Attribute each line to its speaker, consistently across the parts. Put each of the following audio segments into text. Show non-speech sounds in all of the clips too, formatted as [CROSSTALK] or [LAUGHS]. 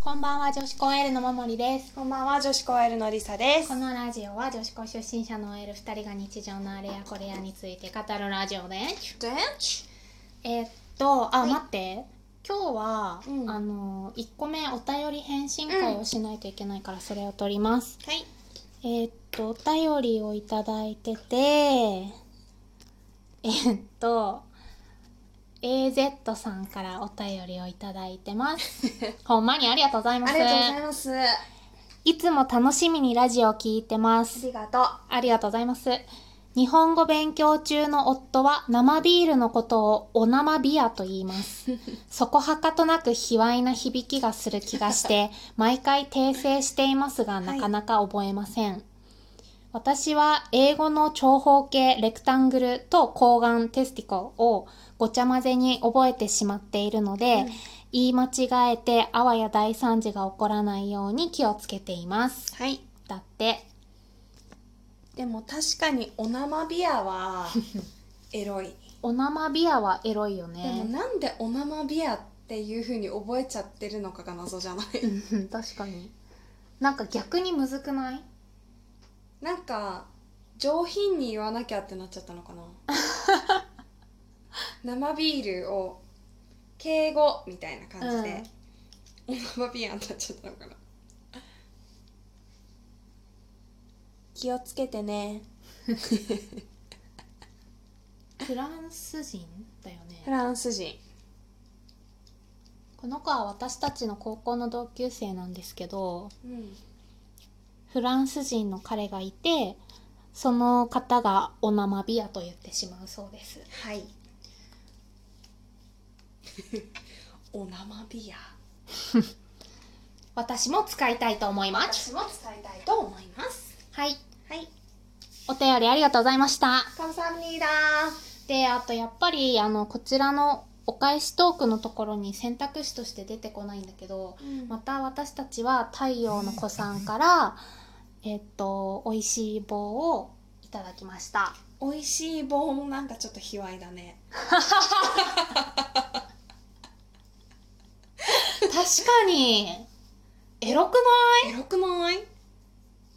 Speaker 1: こんばんは女子校 L のまもりです
Speaker 2: こんばんは、女子高 L のりさです
Speaker 1: こ。のラジオは女子校出身者の L2 人が日常のあれやこれやについて語るラジオです
Speaker 2: 電池
Speaker 1: えーっとあ、
Speaker 2: はい
Speaker 1: 待って今日は、
Speaker 2: うん
Speaker 1: あの1個目お便り返信会をしないといけないからそれを取ります、
Speaker 2: はい。
Speaker 1: えーっとお便りをいただいててえーっと AZ さんからお便りをいただいてます
Speaker 2: [LAUGHS]
Speaker 1: ほんまにありがとうございます
Speaker 2: ありがとうございます。あ
Speaker 1: いつも楽しみにラジオを聞いてます。
Speaker 2: りがとう。
Speaker 1: ありがとうございます。日本語勉強中の夫は生ビールのことをお生ビアと言います。そこはかとなく卑猥な響きがする気がして、毎回訂正していますが、
Speaker 2: い
Speaker 1: なかなか覚えません。私は英語の長方形レクタングルと睾丸テスティコをごちゃ混ぜに覚えてしまっているので、言い間違えてあわや大惨事が起こらないように気をつけています。
Speaker 2: はい。
Speaker 1: だって、
Speaker 2: でも確かにお生ビアは [LAUGHS] エロい。
Speaker 1: お生ビアはエロいよ
Speaker 2: でも
Speaker 1: ね。
Speaker 2: なんでお生ビアっていう風に覚えちゃってるのかが謎じゃない。
Speaker 1: うん確かに。なんか逆にむずくない
Speaker 2: なんか上品に言わなきゃってなっちゃったの [LAUGHS] かな。生ビールを敬語みたいな感じで、お生ビアになっちゃったのかな。気をつけてね。
Speaker 1: フランス人だよ
Speaker 2: フ
Speaker 1: ね。
Speaker 2: ランス人。
Speaker 1: この子は私たちの高校の同級生なんですけど、
Speaker 2: うん。
Speaker 1: フランス人の彼がいて、その方がお生ビアと言ってしまうそうです。
Speaker 2: はい。 [LAUGHS] お生ビア。
Speaker 1: 私も使いたいと思います。
Speaker 2: も伝えたいと思います。
Speaker 1: はい。
Speaker 2: はい。
Speaker 1: お便りありがとうございました。
Speaker 2: カムサハムニーダ
Speaker 1: であとやっぱりあのこちらのお返しトークのところに選択肢として出てこないんだけど、
Speaker 2: うん
Speaker 1: また私たちは太陽の子さんから、えっと美味しい棒をいただきました
Speaker 2: ー。美味しい棒もなんかちょっと卑猥だね。
Speaker 1: 確かにエロくない
Speaker 2: エロくない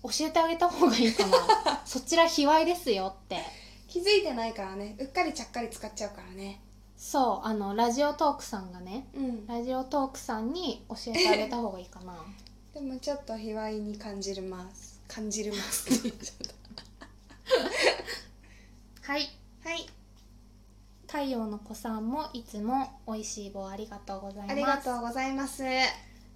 Speaker 1: 教えてあげた方がいいか [LAUGHS] なそちら卑猥ですよって
Speaker 2: 気づいてないからね。うっかりちゃっかり使っちゃうからね。
Speaker 1: そうあのラジオトークさんがね
Speaker 2: うん。
Speaker 1: ラジオトークさんに教えてあげた方がいいかな
Speaker 2: でもちょっと卑猥に感じるます。感じるますって言っちゃっ
Speaker 1: はい
Speaker 2: た。 [LAUGHS] はい。
Speaker 1: 太陽の子さんもいつも美味しい棒ありがとうございます
Speaker 2: [LAUGHS] ありがとうございます。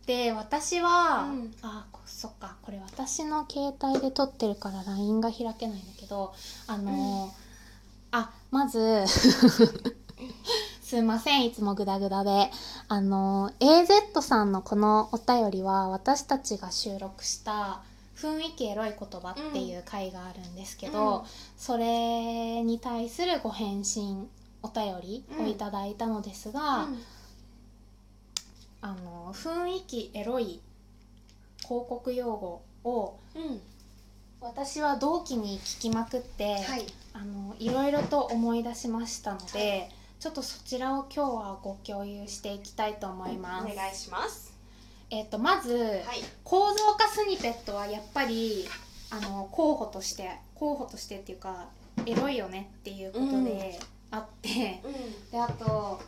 Speaker 1: で私は、
Speaker 2: うん
Speaker 1: あこそっかこれ私の携帯で撮ってるから LINE が開けないんだけどあのーあまず [LAUGHS] すいませんいつもグダグダであのー AZ さんのこのお便りは私たちが収録した「雰囲気エロい言葉」っていう回があるんですけど、
Speaker 2: うん
Speaker 1: それに対するご返信お便りをいただいたのですが、あの雰囲気エロい広告用語を
Speaker 2: うん。うん。
Speaker 1: 私は同期に聞きまくって、
Speaker 2: はい。
Speaker 1: あのいろいろと思い出しましたので、ちょっとそちらを今日はご共有していきたいと思います。
Speaker 2: お願いします。
Speaker 1: えっとまず、
Speaker 2: はい。
Speaker 1: 構造化スニペットはやっぱりあの候補として候補としてっていうかエロいよねっていうことであって。
Speaker 2: うん。
Speaker 1: であと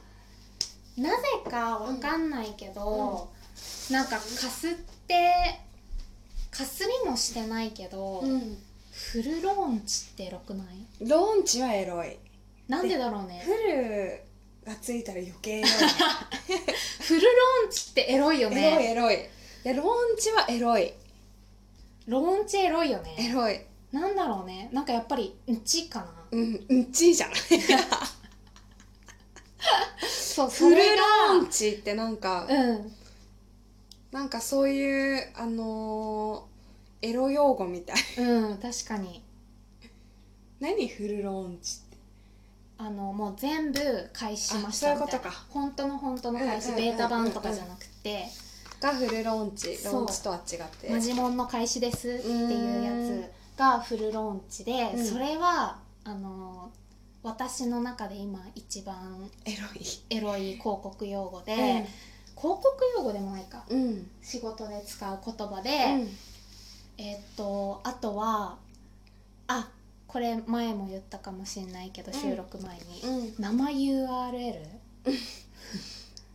Speaker 1: なぜかわかんないけど、なんかかすってかすりもしてないけど、フルローンチってエロくない
Speaker 2: ローンチはエロい
Speaker 1: なんでだろうね
Speaker 2: フルがついたら余計エロ
Speaker 1: フルローンチってエロいよ
Speaker 2: [LAUGHS] い、エロい
Speaker 1: ね
Speaker 2: エロいいやローンチはエロい
Speaker 1: ローンチエロいよ
Speaker 2: エ
Speaker 1: ね
Speaker 2: ロい
Speaker 1: なんだろうねなんかやっぱりうちかな
Speaker 2: うんうんちいじゃない
Speaker 1: そう
Speaker 2: フ
Speaker 1: そ
Speaker 2: ルロ
Speaker 1: れ
Speaker 2: ーンチってなんか、
Speaker 1: がうん
Speaker 2: なんかそういうあのーエロ用語みたい [LAUGHS]
Speaker 1: うん確かに
Speaker 2: 何フルローンチって
Speaker 1: あのもう全部開始しました
Speaker 2: あそういうこと
Speaker 1: みた
Speaker 2: か
Speaker 1: いな本当の本当の開
Speaker 2: う
Speaker 1: 始
Speaker 2: んうんうん
Speaker 1: ベ
Speaker 2: うん
Speaker 1: ータ版とかじゃなくて、
Speaker 2: がフルローンチ
Speaker 1: そう
Speaker 2: ローンチとは違って
Speaker 1: マジモンの開始ですっていうやつがフルローンチで、
Speaker 2: うん
Speaker 1: それはあの私の中で今一番
Speaker 2: エロ
Speaker 1: エロい広告用語で、
Speaker 2: い
Speaker 1: 広告用語でもないか
Speaker 2: うん、うん、
Speaker 1: 仕事で使う言葉で、
Speaker 2: うん
Speaker 1: えーっとあとはあこれ前も言ったかもしれないけど、
Speaker 2: うん
Speaker 1: 収録前に、
Speaker 2: うん、
Speaker 1: 生 URL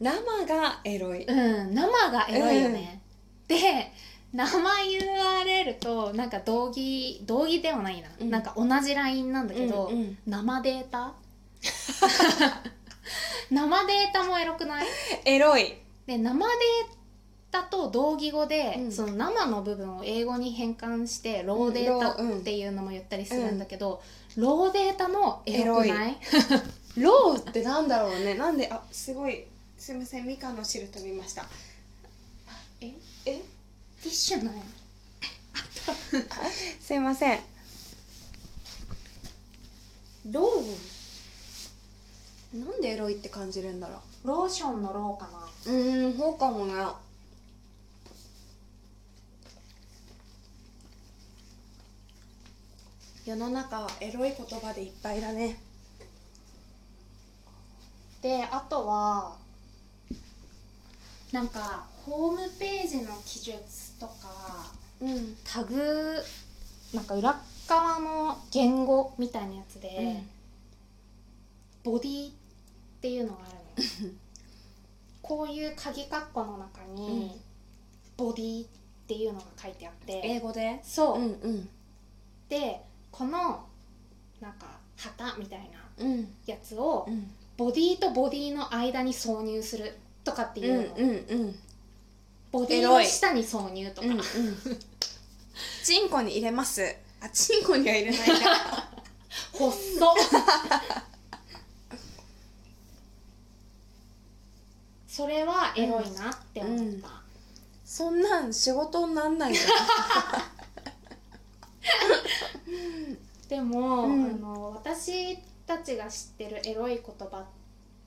Speaker 2: 生がエロい、
Speaker 1: うん生がエロいよね、で生 URL となんか同義同義ではないな、
Speaker 2: うん
Speaker 1: なんか同じラインなんだけど、
Speaker 2: うんうん
Speaker 1: 生デー
Speaker 2: [LAUGHS]
Speaker 1: タ生データもエロくない
Speaker 2: エロい
Speaker 1: で生データと同義語で、
Speaker 2: うん
Speaker 1: その生の部分を英語に変換してローデータ
Speaker 2: うんローうん
Speaker 1: っていうのも言ったりするんだけど、ローデータもエロくない
Speaker 2: ローってなんだろうねなんであすごいすいませんみかんの汁飛びました
Speaker 1: え
Speaker 2: え
Speaker 1: ティッシュない
Speaker 2: すいませんローなんでエロいって感じるんだろ
Speaker 1: ローションのローかな
Speaker 2: ううーんそうかもな世の中エロい言葉でいっぱいだね
Speaker 1: であとはなんかホームページの記述とか
Speaker 2: うん
Speaker 1: タグなんか裏側の言語みたいなやつで、
Speaker 2: うん
Speaker 1: ボディっていうのがあるの
Speaker 2: [LAUGHS]
Speaker 1: よこういう鍵括弧の中に、
Speaker 2: うん
Speaker 1: ボディっていうのが書いてあって
Speaker 2: 英語で
Speaker 1: そう、
Speaker 2: んうん
Speaker 1: でこのなんか旗みたいな
Speaker 2: うん
Speaker 1: やつを
Speaker 2: うん
Speaker 1: ボディとボディの間に挿入するとかっていうの、
Speaker 2: うんうん
Speaker 1: ボディの下に挿入とか、
Speaker 2: うんうんチンコに入れますあチンコには入れないな
Speaker 1: 細っ [LAUGHS] それはエロいなって思った、
Speaker 2: うんそんなん仕事になんないじ
Speaker 1: でも、
Speaker 2: うん
Speaker 1: あの私たちが知ってるエロい言葉っ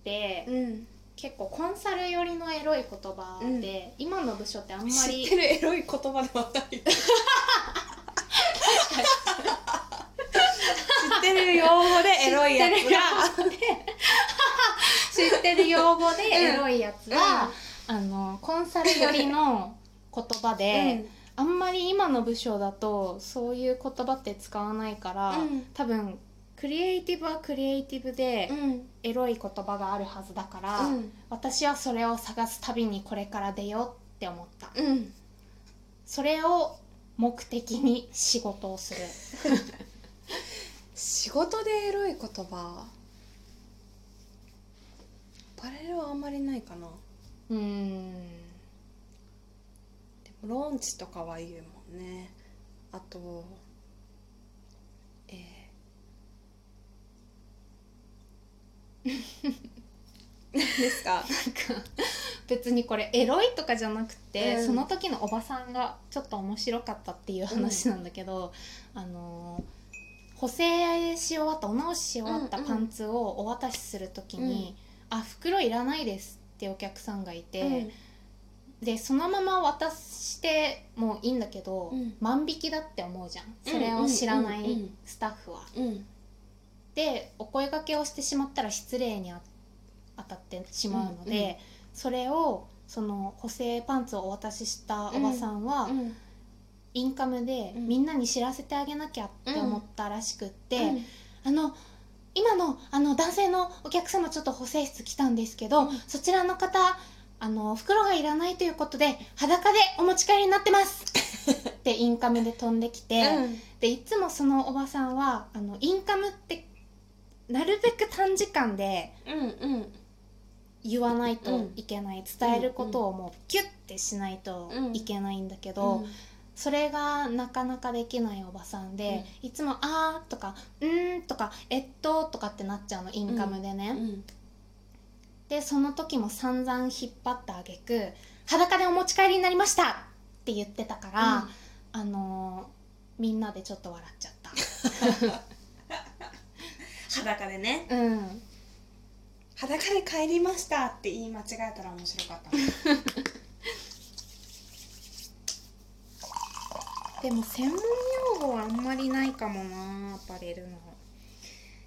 Speaker 1: て、
Speaker 2: ゃん、うん、
Speaker 1: 結構コンサル寄りのエロい言葉で、今の部署ってあん
Speaker 2: [LAUGHS]
Speaker 1: ま
Speaker 2: 知っ
Speaker 1: り
Speaker 2: てるエロい言葉ではない知ってる用語でエロいやつが
Speaker 1: 知ってる用語でエロいやつは、あのコンサル寄りの言葉で、あんまり今の部署だとそういう言葉って使わないから、
Speaker 2: うん
Speaker 1: 多分クリエイティブはクリエイティブで
Speaker 2: うんうん
Speaker 1: エロい言葉があるはずだから、
Speaker 2: うん
Speaker 1: 私はそれを探す旅にこれから出ようって思った
Speaker 2: うん
Speaker 1: それを目的に仕事をする
Speaker 2: 仕事でエロい言葉バレルはあんまりないかな
Speaker 1: うーん
Speaker 2: でもローンチとかは言うもんねあとえー何ですか
Speaker 1: 別にこれエロいとかじゃなくて、
Speaker 2: うん
Speaker 1: その時のおばさんがちょっと面白かったっていう話なんだけど、あのー補正し終わったお直しし終わった
Speaker 2: うんうん
Speaker 1: パンツをお渡しする時に「あ袋いらないです」ってお客さんがいて、でそのまま渡してもいいんだけど、
Speaker 2: うん
Speaker 1: 万引きだって思うじゃんそれを知らないスタッフは。
Speaker 2: うん
Speaker 1: でお声掛けをしてしまったら失礼にあ当たってしまうので、
Speaker 2: うんうん
Speaker 1: それをその補正パンツをお渡ししたおばさんは、
Speaker 2: うん
Speaker 1: インカムで
Speaker 2: うん
Speaker 1: みんなに知らせてあげなきゃって思ったらしくって、
Speaker 2: うん
Speaker 1: あの今のあの男性のお客様ちょっと補正室来たんですけど、
Speaker 2: うん
Speaker 1: そちらの方あの袋がいらないということで裸でお持ち帰りになってますってインカムで飛んできて、
Speaker 2: うん
Speaker 1: でいつもそのおばさんはあのインカムってなるべく短時間で
Speaker 2: うんうん
Speaker 1: 言わないといけない、伝えることをもうキュッてしないといけないんだけど、それがなかなかできないおばさんで、いつも「あー」とか「うーん」とか「えっと」とかってなっちゃうのインカムでね、
Speaker 2: うん
Speaker 1: でその時も散々引っ張ったあげく「裸でお持ち帰りになりました!」って言ってたから、
Speaker 2: うん
Speaker 1: あのーみんなでちょっと笑っちゃった。
Speaker 2: 裸でね
Speaker 1: うん
Speaker 2: 裸で帰りましたって言い間違えたら面白かったね
Speaker 1: でも専門用語はあんまりないかもなアパレルの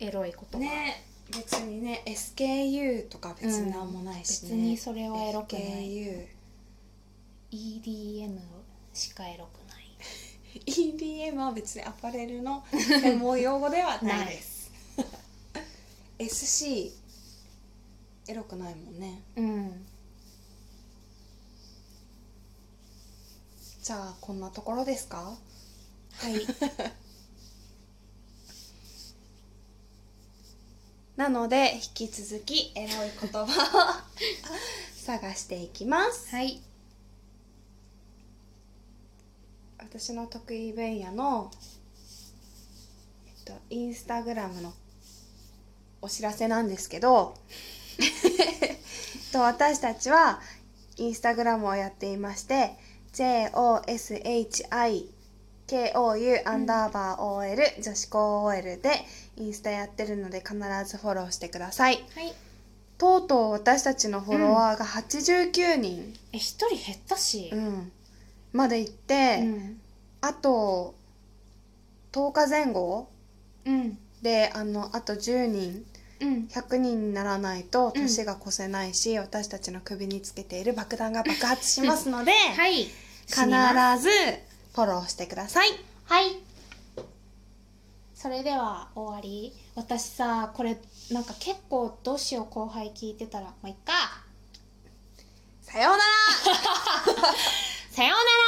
Speaker 1: エロいこと
Speaker 2: ね別にね SKU とか別になんもないし
Speaker 1: 別
Speaker 2: ね、
Speaker 1: にそれはエロくない
Speaker 2: SKU
Speaker 1: EDM しかエロくない
Speaker 2: EDM は別にアパレルの専門用語ではないです SC エロくないもんね
Speaker 1: うん
Speaker 2: じゃあこんなところですか
Speaker 1: はい
Speaker 2: [LAUGHS] なので引き続きエロい言葉を [LAUGHS] 探していきます
Speaker 1: はい
Speaker 2: 私の得意分野の、えっと、インスタグラムのお知らせなんですけど、 [LAUGHS] えっと、私たちはインスタグラムをやっていまして JOSHIKOU アンダーバー OL、女子高 OL でインスタやってるので必ずフォローしてください
Speaker 1: はい
Speaker 2: とうとう私たちのフォロワーが89人、
Speaker 1: え一人減ったし
Speaker 2: うんまで行って、
Speaker 1: うん
Speaker 2: あと10日前後
Speaker 1: うん
Speaker 2: であのあと10人
Speaker 1: うん
Speaker 2: 100人にならないと
Speaker 1: うん
Speaker 2: 年が越せないし、私たちの首につけている爆弾が爆発しますので、
Speaker 1: はい
Speaker 2: 必ずフォローしてください。
Speaker 1: はい。それでは終わり。私さ、これなんか結構どうしよう後輩聞いてたら、まあ、いっか。
Speaker 2: さようなら
Speaker 1: さようなら